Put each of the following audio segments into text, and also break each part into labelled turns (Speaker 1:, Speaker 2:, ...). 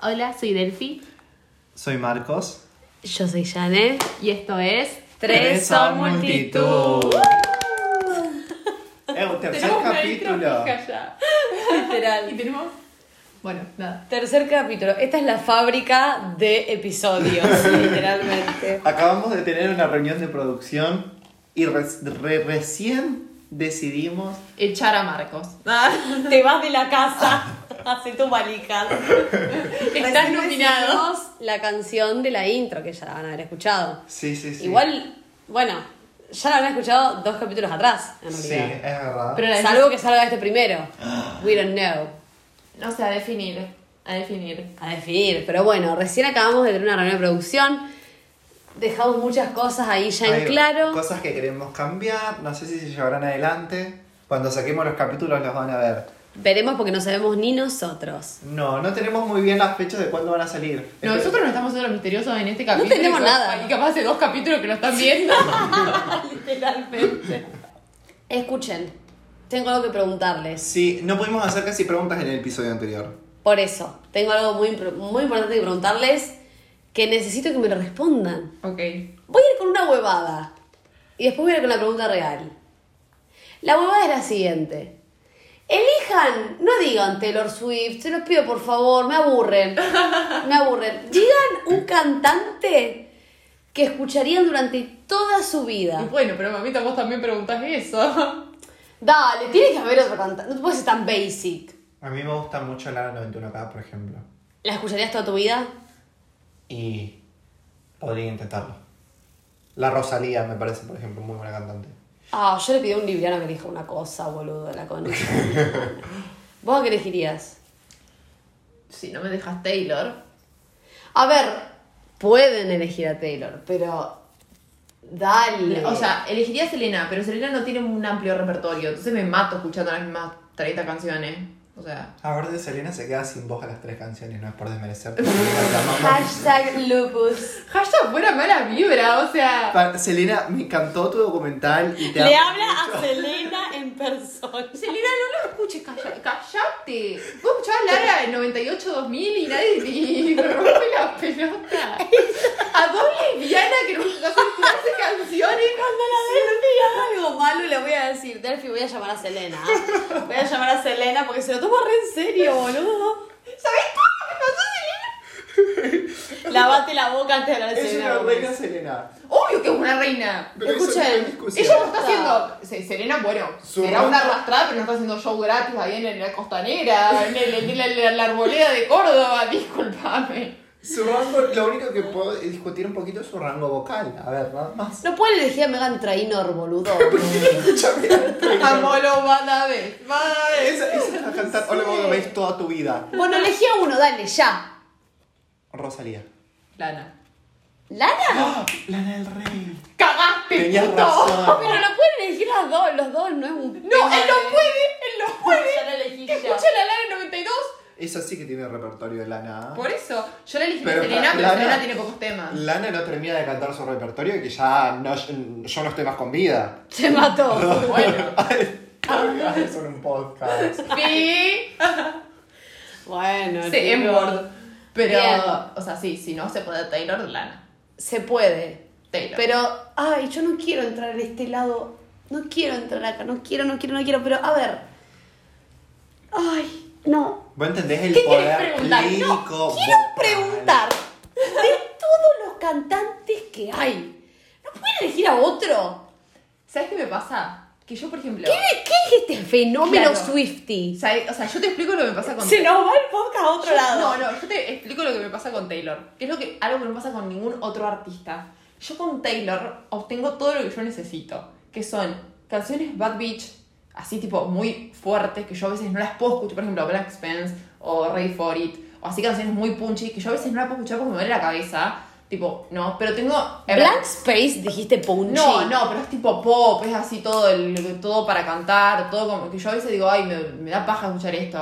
Speaker 1: Hola, soy Delphi.
Speaker 2: Soy Marcos.
Speaker 3: Yo soy Janet.
Speaker 1: Y esto es.
Speaker 3: Tres son multitud.
Speaker 2: Eh, un tercer capítulo.
Speaker 1: ya. Y
Speaker 3: Literal.
Speaker 1: tenemos. Bueno, nada.
Speaker 3: Tercer capítulo. Esta es la fábrica de episodios, literalmente.
Speaker 2: Acabamos de tener una reunión de producción y re- re- recién decidimos
Speaker 1: Echar a Marcos. Ah.
Speaker 3: Te vas de la casa, hace tu valija.
Speaker 1: Estás nominado.
Speaker 3: La canción de la intro que ya la van a haber escuchado.
Speaker 2: Sí, sí, sí.
Speaker 3: Igual, bueno, ya la habrán escuchado dos capítulos atrás, en
Speaker 2: Sí, es
Speaker 3: realidad.
Speaker 2: verdad.
Speaker 1: Pero la
Speaker 3: Salvo que salga este primero. We don't know.
Speaker 1: No sé, a definir. A definir.
Speaker 3: a definir. Pero bueno, recién acabamos de tener una reunión de producción. Dejamos muchas cosas ahí ya en
Speaker 2: Hay
Speaker 3: claro.
Speaker 2: Cosas que queremos cambiar. No sé si se llevarán adelante. Cuando saquemos los capítulos los van a ver.
Speaker 3: Veremos porque no sabemos ni nosotros.
Speaker 2: No, no tenemos muy bien las fechas de cuándo van a salir.
Speaker 1: No,
Speaker 2: Espe-
Speaker 1: nosotros no estamos haciendo los misteriosos en este capítulo.
Speaker 3: tenemos
Speaker 1: y capaz-
Speaker 3: nada.
Speaker 1: Y capaz hace dos capítulos que nos están viendo.
Speaker 3: Literalmente. Escuchen, tengo algo que preguntarles.
Speaker 2: Sí, no pudimos hacer casi preguntas en el episodio anterior.
Speaker 3: Por eso, tengo algo muy, impor- muy importante que preguntarles que necesito que me lo respondan.
Speaker 1: ok.
Speaker 3: Voy a ir con una huevada y después voy a ir con la pregunta real. La huevada es la siguiente. Elijan, no digan Taylor Swift, se los pido por favor, me aburren. Me aburren. Digan un cantante que escucharían durante toda su vida.
Speaker 1: Bueno, pero mamita, vos también preguntás eso.
Speaker 3: Dale, tiene que haber otro cantante. No puedes ser tan basic.
Speaker 2: A mí me gusta mucho la 91K, por ejemplo.
Speaker 3: ¿La escucharías toda tu vida?
Speaker 2: Y podría intentarlo. La Rosalía me parece, por ejemplo, muy buena cantante.
Speaker 3: Ah, yo le pedí a un libriano que elija una cosa, boludo, la concha. ¿Vos a qué elegirías?
Speaker 1: Si no me dejas Taylor.
Speaker 3: A ver, pueden elegir a Taylor, pero dale.
Speaker 1: O sea, elegiría a Selena, pero Selena no tiene un amplio repertorio. Entonces me mato escuchando las mismas 30 canciones. O sea.
Speaker 2: A ver, de Ah, Selena se queda sin voz a las tres canciones, no es por desmerecer. pero la amamos.
Speaker 3: hashtag lupus.
Speaker 1: Hashtag fuera mala vibra, o sea.
Speaker 2: Pa- Selena, me encantó tu documental y te
Speaker 3: Le
Speaker 2: amo.
Speaker 3: habla a Selena en persona.
Speaker 1: Selena, no lo escuches, calla- callate. Vos escuchabas Lara del 98-2000 y nadie te rompe la pelota. A dos lesbianas que no no hacen clase canciones.
Speaker 3: Cuando la Delphi haga algo malo le voy a decir, Delphi, voy a llamar a Selena. Voy a llamar a Selena porque se lo toma re en serio, boludo.
Speaker 1: ¿Sabés todo lo que pasó, Selena?
Speaker 3: Lavate la boca antes de hablar de
Speaker 2: Es
Speaker 3: Selena.
Speaker 2: una
Speaker 3: Gomez.
Speaker 2: reina Selena.
Speaker 1: Obvio que es una reina.
Speaker 2: Pero eso
Speaker 3: Escuchen,
Speaker 2: no es discusión.
Speaker 1: Ella no está haciendo. Se- Selena, bueno,
Speaker 2: Su
Speaker 1: será
Speaker 2: rostro-
Speaker 1: una arrastrada, pero no está haciendo show gratis ahí en la costanera, en, el- en la, la- la arboleda de Córdoba, discúlpame.
Speaker 2: Su rango, lo único que puedo discutir un poquito es su rango vocal. A ver, nada más.
Speaker 3: No pueden elegir a Megan Trainor, boludo.
Speaker 2: Escúchame.
Speaker 1: Amolo, Badabe.
Speaker 2: Esa, esa es la cantar. Hola, vos lo veis toda tu vida.
Speaker 3: Bueno, elegí a uno, dale, ya.
Speaker 2: Rosalía.
Speaker 1: Lana.
Speaker 3: ¿Lana?
Speaker 2: ¡Ah! Lana del Rey.
Speaker 1: ¡Cagaste,
Speaker 2: Tenías
Speaker 1: puto!
Speaker 2: razón.
Speaker 3: Pero no pueden elegir las dos, los dos no es un.
Speaker 1: No, él no
Speaker 3: puede.
Speaker 1: puede, él no puede.
Speaker 3: Ya la elegí
Speaker 1: Que
Speaker 3: ya.
Speaker 1: escuche la Lara 92.
Speaker 2: Esa sí que tiene repertorio de Lana.
Speaker 1: Por eso, yo la elegí
Speaker 2: Pero
Speaker 1: a Selena,
Speaker 2: para-
Speaker 1: pero
Speaker 2: Lana-
Speaker 1: Selena tiene pocos temas.
Speaker 2: Lana no termina de cantar su repertorio y que ya no, yo no estoy más con vida.
Speaker 3: Se mató.
Speaker 1: Bueno.
Speaker 2: Son un podcast.
Speaker 1: Sí,
Speaker 3: Bueno,
Speaker 1: se
Speaker 3: chicos.
Speaker 1: N-word. Pero,
Speaker 3: Bien.
Speaker 1: o sea, sí, si no se puede Taylor, Lana.
Speaker 3: Se puede.
Speaker 1: Taylor.
Speaker 3: Pero, ay, yo no quiero entrar en este lado. No quiero entrar acá. No quiero, no quiero, no quiero. Pero, a ver. Ay, no.
Speaker 2: ¿Vos entendés el
Speaker 1: ¿Qué querés
Speaker 2: poder
Speaker 1: preguntar? No,
Speaker 2: lírico?
Speaker 3: Quiero
Speaker 2: vocal?
Speaker 3: preguntar de todos los cantantes que hay. ¿No pueden elegir a otro?
Speaker 1: ¿Sabes qué me pasa? Que yo, por ejemplo.
Speaker 3: ¿Qué, qué es este fenómeno
Speaker 1: Claro.
Speaker 3: Swifty?
Speaker 1: ¿sabes? O sea, yo te explico lo que me pasa con
Speaker 3: Se nos va el podcast a otro
Speaker 1: Yo-
Speaker 3: lado.
Speaker 1: No, no, yo te explico lo que me pasa con Taylor. Que es lo que, algo que no me pasa con ningún otro artista. Yo con Taylor obtengo todo lo que yo necesito. Que son canciones Bad Beach, así tipo muy fuertes, que yo a veces no las puedo escuchar. Por ejemplo, Black Spence o Ready For It. O así canciones muy punchy, que yo a veces no las puedo escuchar porque me duele la cabeza. Tipo, no, pero tengo...
Speaker 3: Blank Space dijiste punchy.
Speaker 1: No, no, pero es tipo pop, es así todo, el, todo para cantar, todo como que yo a veces digo, ay, me, me da paja escuchar esto.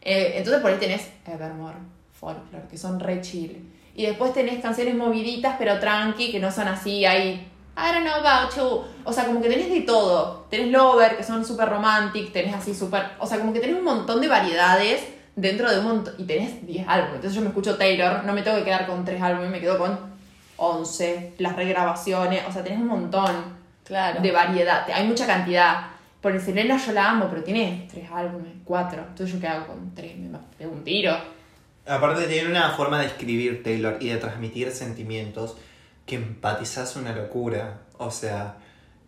Speaker 1: Eh, entonces por ahí tenés Evermore, Folklore, que son re chill. Y después tenés canciones moviditas, pero tranqui, que no son así, hay I don't know about you. O sea, como que tenés de todo. Tenés Lover, que son súper romantic, tenés así súper. O sea, como que tenés un montón de variedades dentro de un montón. Y tenés 10 álbumes. Entonces yo me escucho Taylor, no me tengo que quedar con 3 álbumes, me quedo con 11. Las regrabaciones, o sea, tenés un montón
Speaker 3: Claro.
Speaker 1: de variedad. Hay mucha cantidad. Por el Selena yo la amo, pero tiene 3 álbumes, 4. Entonces yo qué hago con 3, me pego un tiro.
Speaker 2: Aparte tiene una forma de escribir Taylor y de transmitir sentimientos que empatizas una locura. O sea,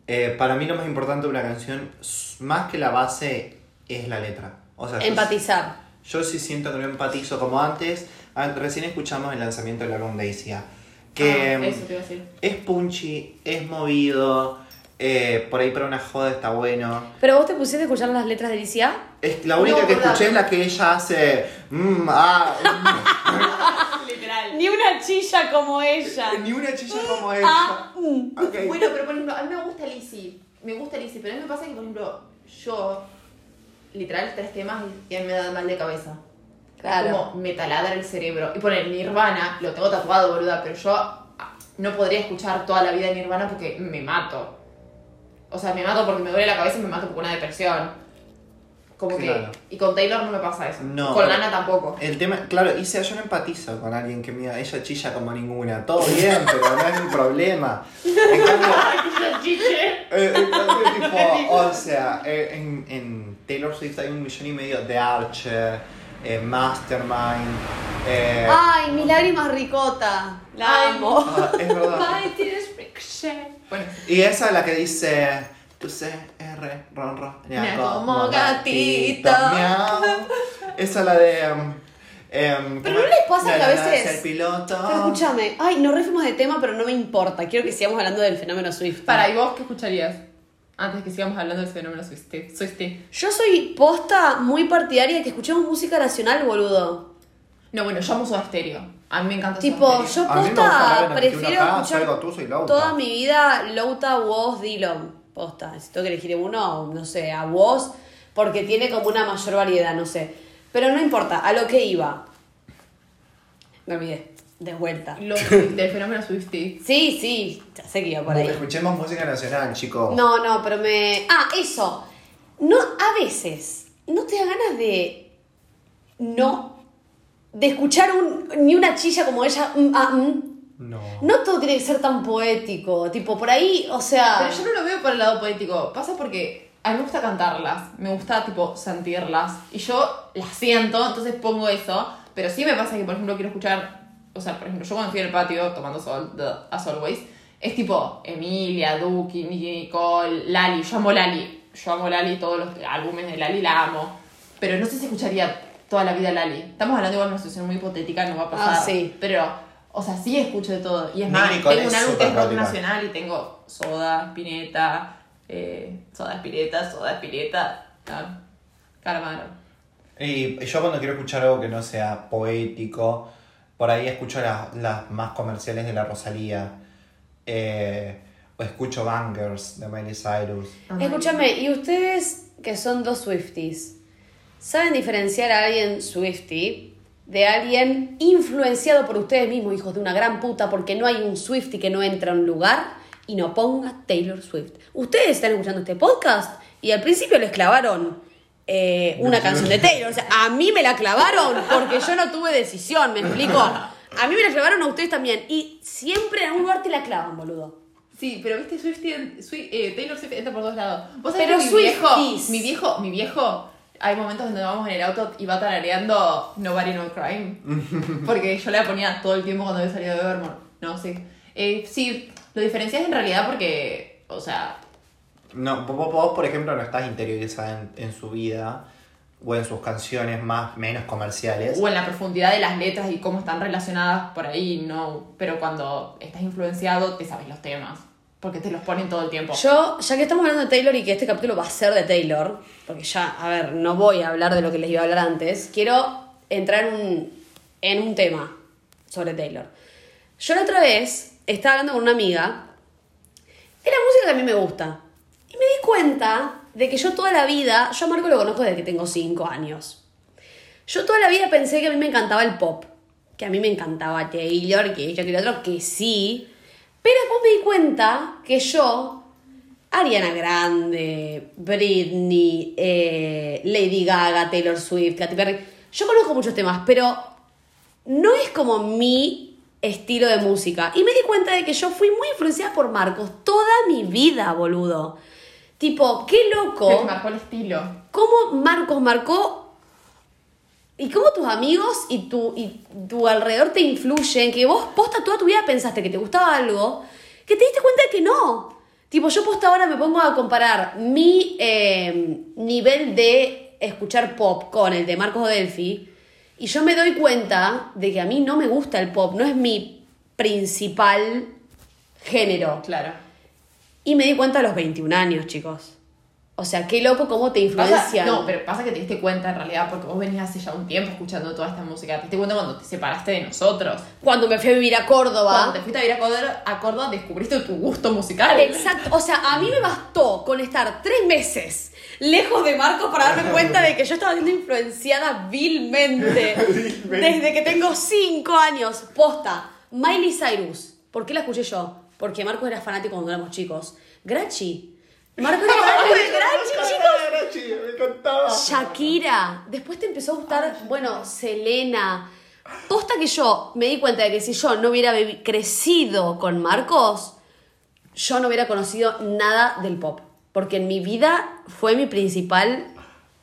Speaker 2: eh, para mí lo más importante de una canción, s- más que la base, es la letra. O sea, yo-
Speaker 3: Empatizar.
Speaker 2: Yo, sí siento que no empatizo como antes. Ah, Recién escuchamos el lanzamiento del álbum de Isia. Que mm, em,
Speaker 1: Ah, eso te iba a decir.
Speaker 2: es punchy, es movido, eh, por ahí para una joda está bueno.
Speaker 3: Pero vos te pusiste a escuchar las letras de DCA.
Speaker 2: Es, la única
Speaker 1: No,
Speaker 2: que
Speaker 1: verdad.
Speaker 2: escuché es la que ella hace... mm, ah, mm.
Speaker 1: Literal.
Speaker 3: Ni una chilla como ella.
Speaker 2: Ni una chilla como
Speaker 3: ah,
Speaker 2: ella. Ok.
Speaker 1: uh, Bueno, pero por ejemplo, a mí me gusta Lizzy. Me gusta Lizzy, pero a mí me pasa que, por ejemplo, yo, literal, tres temas y ya me da mal de cabeza.
Speaker 3: Claro.
Speaker 1: Como me taladra el cerebro. Y poner Nirvana, lo tengo tatuado, boluda, pero yo ah, no podría escuchar toda la vida Nirvana porque me mato. O sea, me mato porque me duele la cabeza y me mato por una depresión. Como
Speaker 2: Claro.
Speaker 1: que. Y con Taylor no me pasa eso.
Speaker 2: No.
Speaker 1: Con Lana tampoco.
Speaker 2: El tema, claro, Isa, yo no empatizo con alguien que mira, ella chilla como ninguna. Todo bien, pero no es mi problema. En cambio, eh, en cambio, tipo, o sea, eh, en, en Taylor Swift hay un millón y medio de Archer, eh, Mastermind. eh,
Speaker 3: Ay, mis lágrimas ricota. La
Speaker 1: Ay.
Speaker 3: amo.
Speaker 2: ah, es verdad.
Speaker 1: My tears ricochet. Bueno,
Speaker 2: Y esa es la que dice. Tu C, R, ron, ron, mea
Speaker 1: Mea como gatito.
Speaker 2: miau. Esa es la de. em, em,
Speaker 3: Pero
Speaker 2: ¿cómo
Speaker 3: ¿no
Speaker 2: es?
Speaker 3: les
Speaker 2: La
Speaker 3: pasa que a
Speaker 2: luna de
Speaker 3: veces-
Speaker 2: ser piloto.
Speaker 3: Pero escúchame. Ay, nos refuimos de tema, pero no me importa. Quiero que sigamos hablando del fenómeno Swift.
Speaker 1: Para, ¿y vos qué escucharías? Antes que sigamos hablando del fenómeno Swifty. Swifty.
Speaker 3: Yo soy posta muy partidaria de que escuchemos música nacional, boludo.
Speaker 1: No, bueno, yo amo Soda Stereo. A mí me encanta Soda
Speaker 3: Tipo, yo
Speaker 2: A mí me gusta la
Speaker 3: posta
Speaker 2: Arena
Speaker 3: prefiero
Speaker 2: 21K,
Speaker 3: escuchar
Speaker 2: salgo tuzo y Louta.
Speaker 3: toda mi vida Louta, Woz, Dylan. Posta, si tengo que elegir uno, no sé, a Woz, porque tiene como una mayor variedad, no sé. Pero no importa, a lo que iba. Me olvidé, de vuelta.
Speaker 1: Los Swifties, del fenómeno Swifty.
Speaker 3: Sí, sí, ya sé que iba por ahí.
Speaker 2: Escuchemos música nacional, chicos.
Speaker 3: No, no, pero me. Ah, eso. No, a veces no te da ganas de. No. De escuchar un, ni una chilla como ella. mm, ah, mm.
Speaker 2: No.
Speaker 3: No todo tiene que ser tan poético. Tipo, por ahí, o sea.
Speaker 1: Pero yo no lo veo por el lado poético. Pasa porque a mí me gusta cantarlas. Me gusta, tipo, sentirlas. Y yo las siento, entonces pongo eso. Pero sí me pasa que, por ejemplo, quiero escuchar... O sea, por ejemplo, yo cuando estoy en el patio tomando sol, duh, as always, es tipo Emilia, Duki, Nicki Nicole, Lali. Yo amo Lali. Yo amo Lali, todos los álbumes de Lali la amo. Pero no sé si escucharía toda la vida Lali. Estamos hablando igual de una situación muy hipotética, no va a pasar.
Speaker 3: Ah, sí.
Speaker 1: Pero, o sea, sí escucho de todo. Y es
Speaker 2: Nicki
Speaker 1: más,
Speaker 2: Nicole
Speaker 1: tengo un
Speaker 2: es
Speaker 1: álbum que es rock
Speaker 2: superpopular.
Speaker 1: nacional y tengo soda, espineta, eh, soda, espineta, soda, espineta, ah, calamaro.
Speaker 2: Y yo cuando quiero escuchar algo que no sea poético, por ahí escucho las, las más comerciales de la Rosalía. eh, o escucho Bangers de Miley Cyrus.
Speaker 3: Escúchame, y ustedes que son dos Swifties, ¿saben diferenciar a alguien Swiftie de alguien influenciado por ustedes mismos, hijos de una gran puta, porque no hay un Swiftie que no entra a un lugar y no ponga Taylor Swift? Ustedes están escuchando este podcast y al principio les clavaron eh, una canción de Taylor. O sea, a mí me la clavaron porque yo no tuve decisión, ¿me explico? A mí me la clavaron a ustedes también. Y siempre en algún lugar te la clavan, boludo.
Speaker 1: Sí, pero viste, Swiftie en- Swi- eh, Taylor Swift entra por dos lados. ¿Vos sabés
Speaker 3: Pero
Speaker 1: que mi viejo,
Speaker 3: Swifties.
Speaker 1: mi viejo, mi viejo, hay momentos donde vamos en el auto y va tarareando Nobody No Crime. Porque yo la ponía todo el tiempo cuando había salido de Vermont. No, sí. Eh, sí, lo diferencias en realidad porque, o sea,
Speaker 2: No, vos, vos, por ejemplo, no estás interiorizada en, en su vida o en sus canciones más menos comerciales.
Speaker 1: o en la profundidad de las letras y cómo están relacionadas por ahí, no. Pero cuando estás influenciado, te sabes los temas. Porque te los ponen todo el tiempo.
Speaker 3: Yo, ya que estamos hablando de Taylor y que este capítulo va a ser de Taylor, porque ya, a ver, no voy a hablar de lo que les iba a hablar antes, quiero entrar en un, en un tema sobre Taylor. Yo la otra vez estaba hablando con una amiga, es la música que a mí me gusta, y me di cuenta de que yo toda la vida, yo a Marco lo conozco desde que tengo 5 años, yo toda la vida pensé que a mí me encantaba el pop, que a mí me encantaba Taylor, que yo que lo otro, que sí. Pero después me di cuenta que yo, Ariana Grande, Britney, eh, Lady Gaga, Taylor Swift, Katy Perry, Yo conozco muchos temas, pero no es como mi estilo de música. Y me di cuenta de que yo fui muy influenciada por Marcos toda mi vida, boludo. Tipo, qué loco.
Speaker 1: Que te marcó el estilo.
Speaker 3: ¿Cómo Marcos marcó y cómo tus amigos y tu, y tu alrededor te influyen? Que vos posta toda tu vida pensaste que te gustaba algo, que te diste cuenta que no. Tipo, yo posta ahora me pongo a comparar mi eh, nivel de escuchar pop con el de Marcos Delphi y yo me doy cuenta de que a mí no me gusta el pop, no es mi principal género.
Speaker 1: Claro.
Speaker 3: Y me di cuenta a los 21 años, chicos. O sea, qué loco cómo te influencia.
Speaker 1: Pasa- no, pero pasa que te diste cuenta en realidad porque vos venías hace ya un tiempo escuchando toda esta música. Te diste cuenta cuando te separaste de nosotros.
Speaker 3: Cuando me fui a vivir a Córdoba.
Speaker 1: Cuando te fuiste a ir a Córdoba, a Córdoba descubriste tu gusto musical.
Speaker 3: Exacto, o sea, a mí me bastó con estar tres meses lejos de Marcos para darme cuenta de que yo estaba siendo influenciada vilmente.
Speaker 2: Vilmente.
Speaker 3: Desde que tengo cinco años, posta. Miley Cyrus, ¿por qué la escuché yo? Porque Marcos era fanático cuando éramos chicos. Grachi. Marcos era fanático de Grachi, chicos.
Speaker 2: Grachi, me contaba.
Speaker 3: Shakira. Después te empezó a gustar, bueno, Selena. Posta que yo me di cuenta de que si yo no hubiera bebi- crecido con Marcos, yo no hubiera conocido nada del pop. Porque en mi vida fue mi principal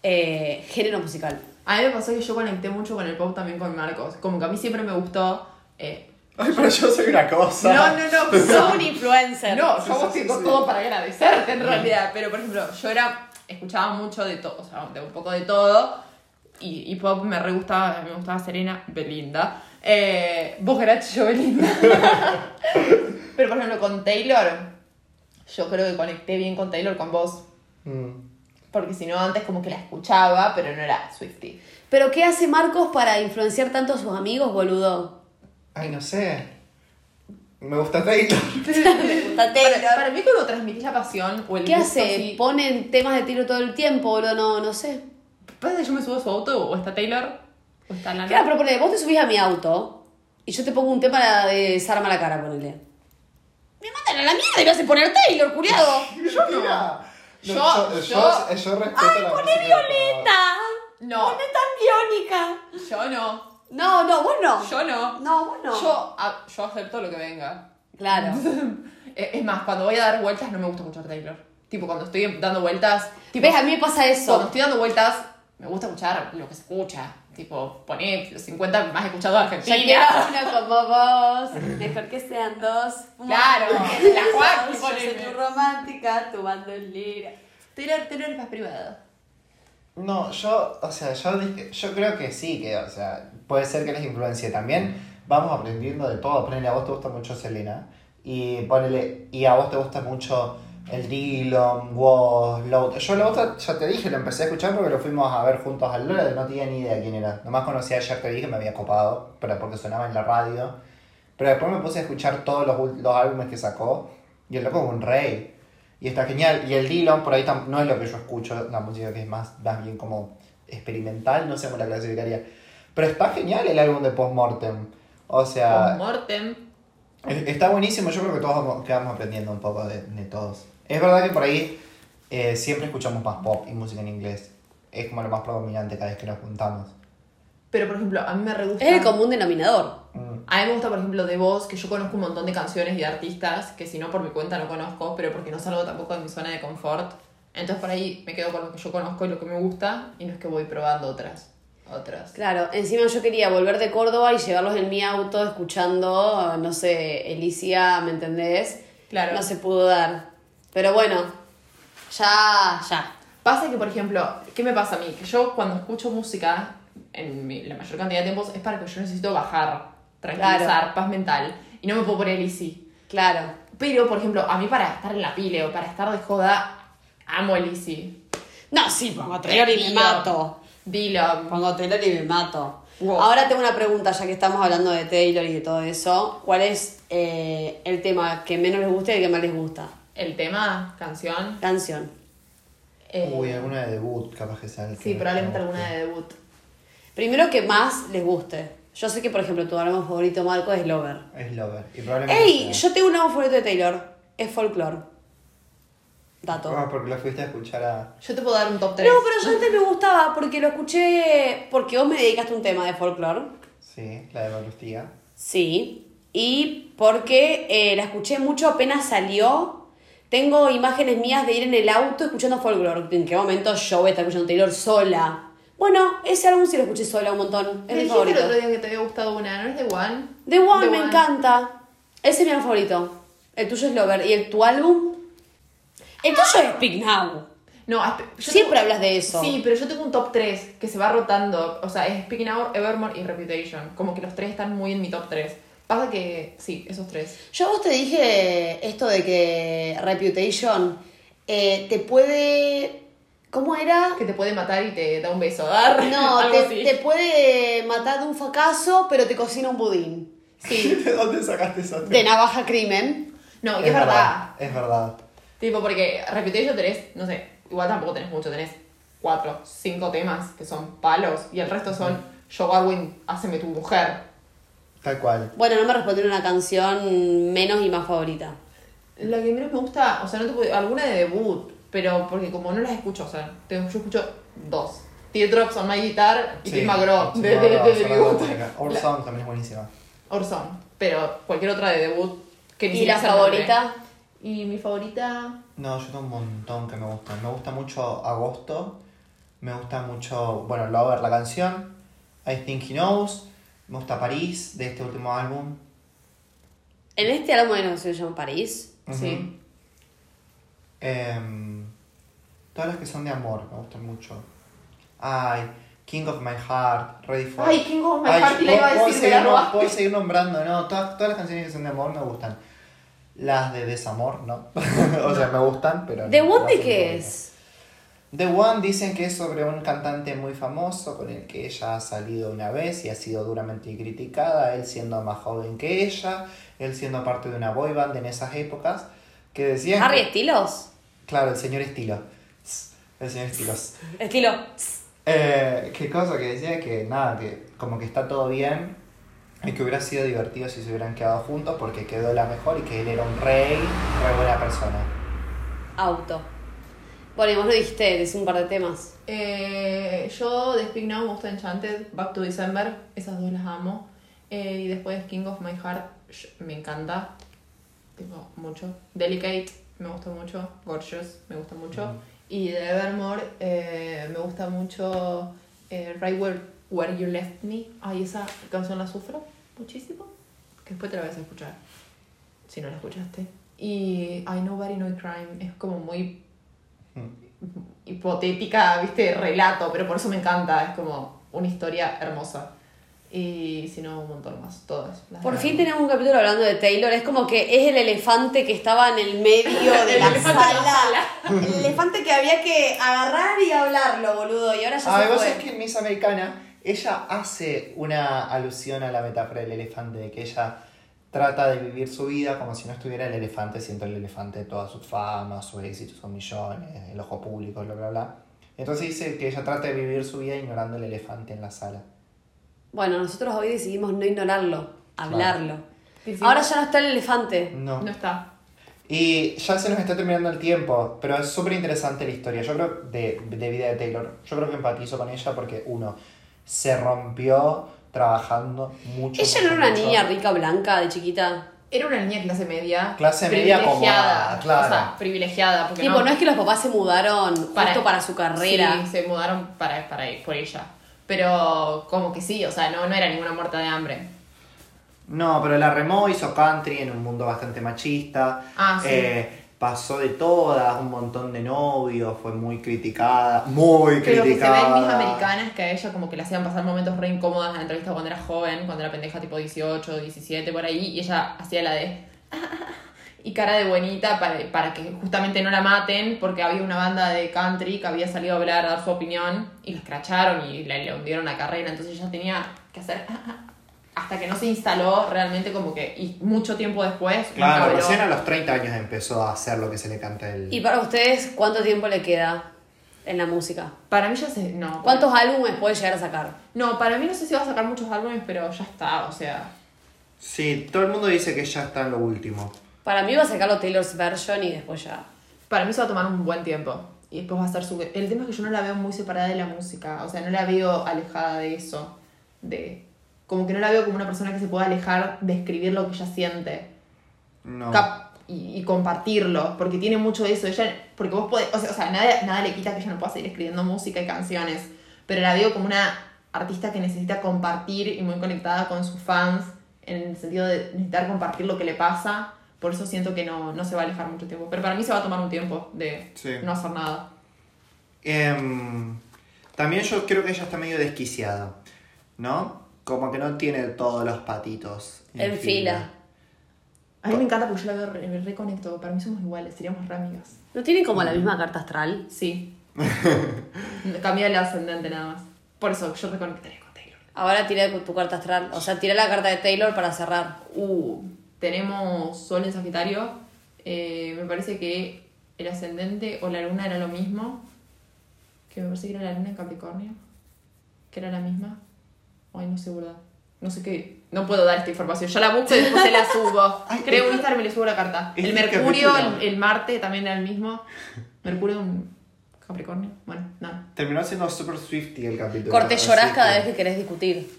Speaker 3: eh, género musical.
Speaker 1: A mí me pasó que yo conecté mucho con el pop también con Marcos. Como que a mí siempre me gustó. eh,
Speaker 2: Ay, pero yo soy una cosa.
Speaker 1: no, no, no.
Speaker 3: Soy un influencer.
Speaker 1: No,
Speaker 2: Sí,
Speaker 1: yo a vos
Speaker 2: sí,
Speaker 1: tengo
Speaker 2: sí.
Speaker 1: todo para agradecerte en realidad. Pero por ejemplo, yo era. Escuchaba mucho de todo, o sea, de un poco de todo. Y, y pop me re gustaba, me gustaba Serena, Belinda. Eh, vos Gerachi, yo Belinda. pero por ejemplo, con Taylor, yo creo que conecté bien con Taylor, con vos.
Speaker 2: Mm.
Speaker 1: Porque si no, antes como que la escuchaba, pero no era Swiftie.
Speaker 3: Pero ¿qué hace Marcos para influenciar tanto a sus amigos, boludo?
Speaker 2: Ay, no sé. Me gusta Taylor.
Speaker 3: Está Taylor.
Speaker 1: Para, para mí cuando transmitís la pasión o el
Speaker 3: ¿Qué
Speaker 1: gusto
Speaker 3: hace?
Speaker 1: así,
Speaker 3: ¿Ponen temas de tiro todo el tiempo, boludo? No, no sé.
Speaker 1: pasa que yo me subo a su auto o está Taylor o está Lana.
Speaker 3: Claro, pero ponele, vos te subís a mi auto y yo te pongo un tema de Sarma la cara, ponele. Me mandan a la mierda y me hacen poner Taylor, curiado.
Speaker 2: Yo no.
Speaker 1: Yo-
Speaker 2: yo, yo,
Speaker 1: yo-
Speaker 2: yo respeto
Speaker 3: ¡Ay,
Speaker 2: la
Speaker 3: poné
Speaker 2: música de todos.
Speaker 3: Violeta!
Speaker 1: No.
Speaker 3: ¡Poné tan biónica!
Speaker 1: Yo no,
Speaker 3: No, no, vos no.
Speaker 1: yo no.
Speaker 3: No, vos no.
Speaker 1: Yo, a- yo acepto lo que venga.
Speaker 3: Claro.
Speaker 1: Eh, es más, cuando voy a dar vueltas no me gusta escuchar Taylor. Tipo, cuando estoy dando vueltas... Tipo,
Speaker 3: ¿Ves? A mí me pasa
Speaker 1: Cuando
Speaker 3: eso.
Speaker 1: estoy dando vueltas me gusta escuchar lo que se escucha. Tipo, poné los 50 más escuchados de
Speaker 3: Ya
Speaker 1: Argentina.
Speaker 3: que uno como vos, mejor que sean dos.
Speaker 1: Claro, la Juan,
Speaker 3: Yo soy
Speaker 1: poneme.
Speaker 3: tu romántica, tu bandolera.
Speaker 1: Taylor, Taylor es más privado.
Speaker 2: No, yo, o sea, yo, dije- yo creo que sí, que, o sea, puede ser que les influencie también. Vamos aprendiendo de todo. Ponele, a vos te gusta mucho Selena. Y ponele, y a vos te gusta mucho el Dylan, Woz, Loud. Yo la otra, ya te dije, lo empecé a escuchar porque lo fuimos a ver juntos al Lola, no tenía ni idea quién era. Nomás conocía ayer, te dije, me había copado, pero porque sonaba en la radio. Pero después me puse a escuchar todos los, ul- los álbumes que sacó. Y el loco es un rey. Y está genial. Y el Dylan, por ahí tam- no es lo que yo escucho, la música que es más, más bien como experimental, no sé cómo la clasificaría. Pero está genial el álbum de Postmortem. O sea,
Speaker 1: Mortem.
Speaker 2: es- está buenísimo. Yo creo que todos vamos, quedamos aprendiendo un poco de, de todos. Es verdad que por ahí eh, siempre escuchamos más pop y música en inglés. Es como lo más predominante cada vez que nos juntamos.
Speaker 1: Pero, por ejemplo, a mí me re gusta...
Speaker 3: Es el común denominador.
Speaker 2: Mm.
Speaker 1: A mí me gusta, por ejemplo, de voz, que yo conozco un montón de canciones y de artistas que si no por mi cuenta no conozco, pero porque no salgo tampoco de mi zona de confort. Entonces por ahí me quedo con lo que yo conozco y lo que me gusta y no es que voy probando otras. Otras.
Speaker 3: Claro, encima yo quería volver de Córdoba y llevarlos en mi auto escuchando, no sé, Elicia, ¿me entendés?
Speaker 1: Claro.
Speaker 3: No se pudo dar. Pero bueno, ya, ya.
Speaker 1: Pasa que, por ejemplo, ¿qué me pasa a mí? Que yo cuando escucho música, en mi- la mayor cantidad de tiempos, es para que yo necesito bajar, tranquilizar,
Speaker 3: Claro.
Speaker 1: paz mental. Y no me puedo poner easy.
Speaker 3: Claro.
Speaker 1: Pero, por ejemplo, a mí para estar en la pile o para estar de joda, amo el easy.
Speaker 3: No, sí, pongo Taylor y me
Speaker 1: Dylan.
Speaker 3: mato.
Speaker 1: Dylan,
Speaker 3: Pongo Taylor y me mato.
Speaker 1: Wow.
Speaker 3: Ahora tengo una pregunta, ya que estamos hablando de Taylor y de todo eso. ¿Cuál es eh, el tema que menos les gusta y el que más les gusta?
Speaker 1: el tema, canción.
Speaker 3: Canción.
Speaker 1: eh,
Speaker 2: Uy, alguna de debut, capaz que sea el que
Speaker 1: Sí,
Speaker 2: me
Speaker 1: probablemente
Speaker 2: guste.
Speaker 1: alguna de debut.
Speaker 3: Primero que más les guste. Yo sé que, por ejemplo, tu álbum favorito, Marco, es Lover.
Speaker 2: Es Lover. Y probablemente
Speaker 3: Ey,
Speaker 2: sea-
Speaker 3: yo tengo un álbum favorito de Taylor. Es folklore. Dato.
Speaker 2: Ah, porque la fuiste a escuchar a.
Speaker 1: Yo te puedo dar un top 3.
Speaker 3: No, pero yo antes me gustaba porque lo escuché. Porque vos me dedicaste un tema de folclore.
Speaker 2: Sí, la de Balustía.
Speaker 3: Sí. Y porque eh, la escuché mucho apenas salió. Tengo imágenes mías de ir en el auto escuchando folklore. ¿En qué momento yo voy a estar escuchando Taylor sola? Bueno, ese álbum sí lo escuché sola un montón. Es
Speaker 1: me
Speaker 3: mi
Speaker 1: dijiste
Speaker 3: favorito.
Speaker 1: el otro día que te había gustado una, ¿no es de One?
Speaker 3: The One me
Speaker 1: One.
Speaker 3: encanta. Ese es mi álbum favorito. El tuyo es Lover. ¿Y el tu álbum? El tuyo es Speak Now.
Speaker 1: No, espe- yo
Speaker 3: Siempre
Speaker 1: tengo-
Speaker 3: hablas de eso.
Speaker 1: Sí, pero yo tengo un top 3 que se va rotando. O sea, es Speaking Hour, Evermore y Reputation. Como que los tres están muy en mi top 3. Pasa que, sí, esos tres.
Speaker 3: Yo a vos te dije esto de que Reputation eh, te puede. ¿Cómo era?
Speaker 1: Que te puede matar y te da un beso. Arre,
Speaker 3: No,
Speaker 1: algo
Speaker 3: te,
Speaker 1: así.
Speaker 3: te puede matar de un fracaso, pero te cocina un budín.
Speaker 1: Sí.
Speaker 2: ¿De dónde sacaste esa
Speaker 3: De navaja crimen.
Speaker 1: No, y es verdad.
Speaker 2: Es verdad.
Speaker 1: Tipo, porque Reputation tenés, no sé, igual tampoco tenés mucho. Tenés cuatro, cinco temas que son palos y el resto son Joe Warwin, Haceme tu mujer.
Speaker 2: Tal cual.
Speaker 3: Bueno, no me respondieron una canción menos y más favorita.
Speaker 1: La que menos me gusta, o sea, no te puedo, alguna de debut, pero porque como no las escucho, o sea, tengo, yo escucho dos. Teardrops on my guitar y Tim McGraw de, de, de debut.
Speaker 2: All Sound también es buenísima.
Speaker 1: Orson, pero cualquier otra de debut que ni
Speaker 3: ¿Y
Speaker 1: siquiera
Speaker 3: la
Speaker 1: sé el nombre.
Speaker 3: favorita?
Speaker 1: Y mi favorita...
Speaker 2: No, yo tengo un montón que me gustan. Me gusta mucho Agosto. Me gusta mucho, bueno, Lover, la canción. I Think He Knows. Me gusta París, de este último álbum.
Speaker 3: En este álbum hay una canción que se llama París.
Speaker 1: Sí.
Speaker 2: Em, todas las que son de amor me gustan mucho. Ay, King of My Heart, Ready for
Speaker 1: Ay, King of My
Speaker 2: Ay,
Speaker 1: Heart, y la
Speaker 2: puedo-
Speaker 1: iba a
Speaker 2: puedo
Speaker 1: decir,
Speaker 2: seguir
Speaker 1: me la
Speaker 2: nom-
Speaker 1: robaste.
Speaker 2: Puedo seguir nombrando, no, todas, todas las canciones que son de amor me gustan. Las de desamor, no. o sea, me gustan, pero.
Speaker 3: ¿De
Speaker 2: no- no
Speaker 3: One
Speaker 2: son
Speaker 3: de
Speaker 2: muy
Speaker 3: qué
Speaker 2: buenas.
Speaker 3: es?
Speaker 2: The One dicen que es sobre un cantante muy famoso con el que ella ha salido una vez y ha sido duramente criticada, él siendo más joven que ella, él siendo parte de una boy band en esas épocas, que decían...
Speaker 3: ¿Harry
Speaker 2: que-
Speaker 3: Estilos?
Speaker 2: Claro, el señor Estilo. El señor Estilos.
Speaker 3: Estilo.
Speaker 2: Eh, qué cosa que decía que nada, que como que está todo bien y que hubiera sido divertido si se hubieran quedado juntos porque quedó la mejor y que él era un rey, re buena persona.
Speaker 3: Auto. Bueno, y vos lo dijiste, decís un par de temas.
Speaker 1: Eh, yo de Speak Now me gusta Enchanted, Back to December, esas dos las amo. Eh, y después King of My Heart, sh- me encanta, tipo, mucho. Delicate, me gusta mucho. Gorgeous, me gusta mucho. Y de Evermore, eh, me gusta mucho eh, Right Where, Where You Left Me. Ay, esa canción la sufro muchísimo. Que después te la vas a escuchar, si no la escuchaste. Y I Nobody No Crime es como muy
Speaker 2: Mm.
Speaker 1: hipotética, viste, relato, pero por eso me encanta, es como una historia hermosa. Y si no, un montón más, todas. las
Speaker 3: Por
Speaker 1: demás.
Speaker 3: fin tenemos un capítulo hablando de Taylor. Es como que es el elefante que estaba en el medio de
Speaker 1: El
Speaker 3: la
Speaker 1: elefante de la
Speaker 3: sala. El elefante que había que agarrar y hablarlo, boludo. Y ahora ya
Speaker 2: Ay,
Speaker 3: se
Speaker 2: Ah, vos
Speaker 3: fue.
Speaker 2: sabés que en Miss Americana ella hace una alusión a la metáfora del elefante, de que ella trata de vivir su vida como si no estuviera el elefante, siendo el elefante toda su fama, su éxito, sus millones, el ojo público, bla, bla, bla. Entonces dice que ella trata de vivir su vida ignorando el elefante en la sala.
Speaker 3: Bueno, nosotros hoy decidimos no ignorarlo, hablarlo.
Speaker 1: Decidimos-
Speaker 3: Ahora ya no está el elefante.
Speaker 2: No.
Speaker 1: No está.
Speaker 2: Y ya se nos está terminando el tiempo, pero es súper interesante la historia. Yo creo de, de vida de Taylor. Yo creo que empatizo con ella porque uno se rompió trabajando mucho.
Speaker 3: Ella no era
Speaker 2: mucho,
Speaker 3: una
Speaker 2: mucho.
Speaker 3: niña rica, blanca, de chiquita.
Speaker 1: Era una niña de clase media.
Speaker 2: Clase media
Speaker 1: privilegiada,
Speaker 2: acomodada, claro.
Speaker 1: O sea, privilegiada. Porque
Speaker 3: Tipo, no. es que los papás se mudaron justo para su carrera.
Speaker 1: Sí, se mudaron para, para por ella. Pero como que sí, o sea, no, no era ninguna muerta de hambre.
Speaker 2: No, pero la remó, hizo country en un mundo bastante machista.
Speaker 1: Ah, sí.
Speaker 2: Eh, pasó de todas, un montón de novios, fue muy criticada,
Speaker 1: Pero
Speaker 2: muy
Speaker 1: lo que se ve
Speaker 2: criticada.
Speaker 1: en mis americanas que a ella como que le hacían pasar momentos re incómodos en la entrevista cuando era joven, cuando era pendeja tipo 18, 17, por ahí, y ella hacía la de... Y cara de buenita para, para que justamente no la maten, porque había una banda de country que había salido a hablar, a dar su opinión, y la escracharon y le, le hundieron la carrera, entonces ella tenía que hacer... Hasta que no se instaló realmente como que... Y mucho tiempo después... nunca
Speaker 2: Claro,
Speaker 1: habló.
Speaker 2: recién a los 30 años empezó a hacer lo que se le canta el...
Speaker 3: ¿Y para ustedes cuánto tiempo le queda en la música?
Speaker 1: Para mí ya se... No.
Speaker 3: ¿Cuántos álbumes puede llegar a sacar?
Speaker 1: No, para mí no sé si va a sacar muchos álbumes, pero ya está, o sea...
Speaker 2: Sí, todo el mundo dice que ya está en lo último.
Speaker 3: Para mí va a sacar los Taylor's version y después ya.
Speaker 1: Para mí eso va a tomar un buen tiempo. Y después va a estar su... El tema es que yo no la veo muy separada de la música. O sea, no la veo alejada de eso. De... Como que no la veo como una persona que se pueda alejar de escribir lo que ella siente.
Speaker 2: No.
Speaker 1: Cap- y, y compartirlo. Porque tiene mucho de eso. Ella... Porque vos podés... O sea, o sea, nada, nada le quita que ella no pueda seguir escribiendo música y canciones. Pero la veo como una artista que necesita compartir y muy conectada con sus fans. En el sentido de necesitar compartir lo que le pasa. Por eso siento que no, no se va a alejar mucho tiempo. Pero para mí se va a tomar un tiempo de
Speaker 2: Sí.
Speaker 1: no hacer nada.
Speaker 2: Em, también yo creo que ella está medio desquiciada, ¿no? Como que no tiene todos los patitos.
Speaker 3: En fila.
Speaker 1: A mí me encanta porque yo la veo, re- me reconecto. Para mí somos iguales, seríamos re amigas.
Speaker 3: ¿No tienen como la misma carta astral?
Speaker 1: Sí. Cambié el ascendente nada más. Por eso yo reconectaría con Taylor.
Speaker 3: Ahora tira tu carta astral. O sea, tira la carta de Taylor para cerrar.
Speaker 1: Uh, tenemos Sol en Sagitario. Eh, me parece que el ascendente o la luna era lo mismo. Que me parece que era la luna en Capricornio. Que era la misma. Ay, no sé, verdad. No sé qué. No puedo dar esta información. Yo la busco y después se la subo.
Speaker 2: Ay,
Speaker 1: Creo
Speaker 2: este-
Speaker 1: un Instagram y le subo la carta. El
Speaker 2: este
Speaker 1: Mercurio,
Speaker 2: capítulo.
Speaker 1: el, el Marte también era el mismo. Mercurio, un Capricornio. Bueno, no.
Speaker 2: Terminó siendo super swifty el capítulo.
Speaker 3: Corte
Speaker 2: así
Speaker 3: llorás cada
Speaker 2: que-
Speaker 3: vez que querés discutir.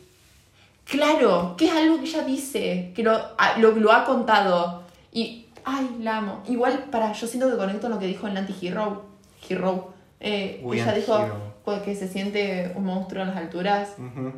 Speaker 1: Claro, que es algo que ella dice, que lo, a- lo, lo ha contado. Y, ay, la amo. Igual, para, yo siento que conecto en lo que dijo en Nanti Hero. Hero. Eh,
Speaker 2: We
Speaker 1: ella
Speaker 2: are
Speaker 1: dijo
Speaker 2: hero.
Speaker 1: pues, que se siente un monstruo en las alturas,
Speaker 2: Ujú.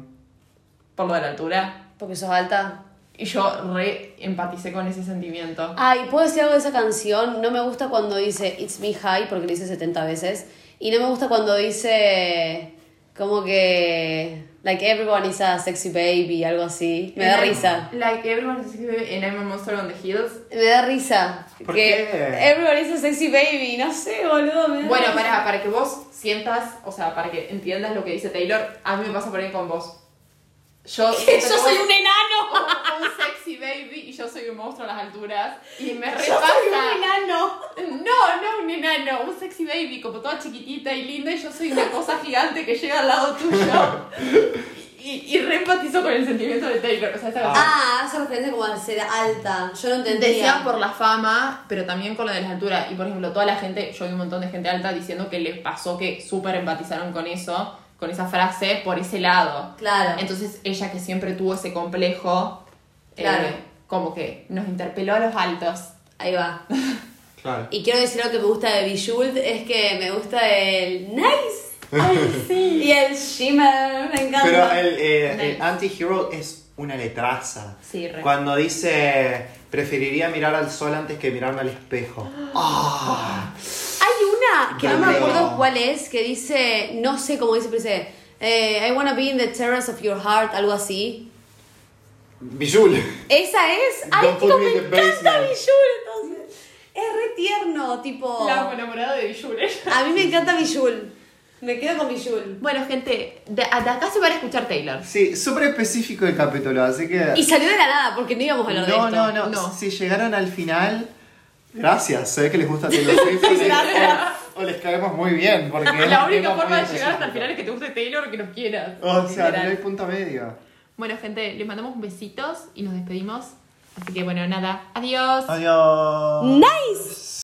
Speaker 1: por lo de la altura.
Speaker 3: Porque sos alta.
Speaker 1: Y yo re empaticé con ese sentimiento.
Speaker 3: Ay, ¿puedo decir algo de esa canción? No me gusta cuando dice It's Me High, porque lo dice 70 veces. Y no me gusta cuando dice como que... Like everyone is a sexy baby, algo así. Me da
Speaker 1: And I'm-
Speaker 3: risa.
Speaker 1: Like everyone is and I'm a monster on the hills.
Speaker 3: Me da risa.
Speaker 2: ¿Por
Speaker 3: que
Speaker 2: qué?
Speaker 3: Everyone is a sexy baby. No sé, boludo. me da
Speaker 1: Bueno,
Speaker 3: risa.
Speaker 1: para, para que vos sientas, o sea, para que entiendas lo que dice Taylor, a mí me pasa por ahí con vos. Yo,
Speaker 3: Que
Speaker 1: siento
Speaker 3: yo
Speaker 1: que
Speaker 3: soy
Speaker 1: vos-
Speaker 3: un enano.
Speaker 1: un sexy baby y yo soy un monstruo a las alturas y me
Speaker 3: Yo soy un
Speaker 1: repasa.
Speaker 3: enano.
Speaker 1: No, no un enano, un sexy baby como toda chiquitita y linda y yo soy una cosa gigante que llega al lado tuyo. Y, y re empatizo con el sentimiento de Taylor, o sea, esa cosa.
Speaker 3: Ah, hace referencia como a ser alta. Yo no entendía.
Speaker 1: Decían por la fama, pero también con la de las alturas. Y por ejemplo, toda la gente, yo vi un montón de gente alta diciendo que les pasó que súper empatizaron con eso, con esa frase, por ese lado.
Speaker 3: Claro.
Speaker 1: Entonces ella que siempre tuvo ese complejo, eh,
Speaker 3: Claro.
Speaker 1: como que nos interpeló a los altos.
Speaker 3: Ahí va.
Speaker 2: Claro.
Speaker 3: Y quiero decir lo que me gusta de Bijult es que me gusta el nice
Speaker 1: Ay, sí.
Speaker 3: y el shimmer. Me encanta.
Speaker 2: Pero el, eh, el
Speaker 1: Nice.
Speaker 2: anti-hero es una letraza.
Speaker 1: Sí, re.
Speaker 2: Cuando dice, preferiría mirar al sol antes que mirarme al espejo. Ah.
Speaker 3: Hay una que no me
Speaker 2: Dale.
Speaker 3: acuerdo cuál es que dice, no sé cómo dice, pero dice, eh, I wanna be in the terrace of your heart, algo así.
Speaker 2: Bijul.
Speaker 3: Esa es. Ay,
Speaker 2: Don't put
Speaker 3: tío,
Speaker 2: me
Speaker 3: me
Speaker 2: in the
Speaker 3: encanta
Speaker 2: basement.
Speaker 3: Bijul entonces. Es re tierno, tipo.
Speaker 1: La enamorada de Bijure.
Speaker 3: A mí me encanta Bijul. Me quedo con Bijul.
Speaker 1: Bueno, gente, de, de acá se van a escuchar Taylor.
Speaker 2: Sí, súper específico el capítulo, así que...
Speaker 3: Y salió de la nada porque no íbamos a hablar de
Speaker 2: No,
Speaker 3: esto.
Speaker 2: no, no,
Speaker 1: No.
Speaker 2: Si llegaron al final, gracias. Sé que les gusta Taylor Swift. o, les, o- o les caemos muy bien. Porque es
Speaker 1: La
Speaker 2: un
Speaker 1: única
Speaker 2: tema
Speaker 1: forma
Speaker 2: muy
Speaker 1: de llegar hasta el
Speaker 2: específico.
Speaker 1: final es que te guste Taylor o que nos quieras.
Speaker 2: O sea, no
Speaker 1: Literal.
Speaker 2: hay punto medio.
Speaker 1: Bueno, gente, les mandamos besitos y nos despedimos. Así que bueno, nada, adiós.
Speaker 2: Adiós.
Speaker 3: Nice.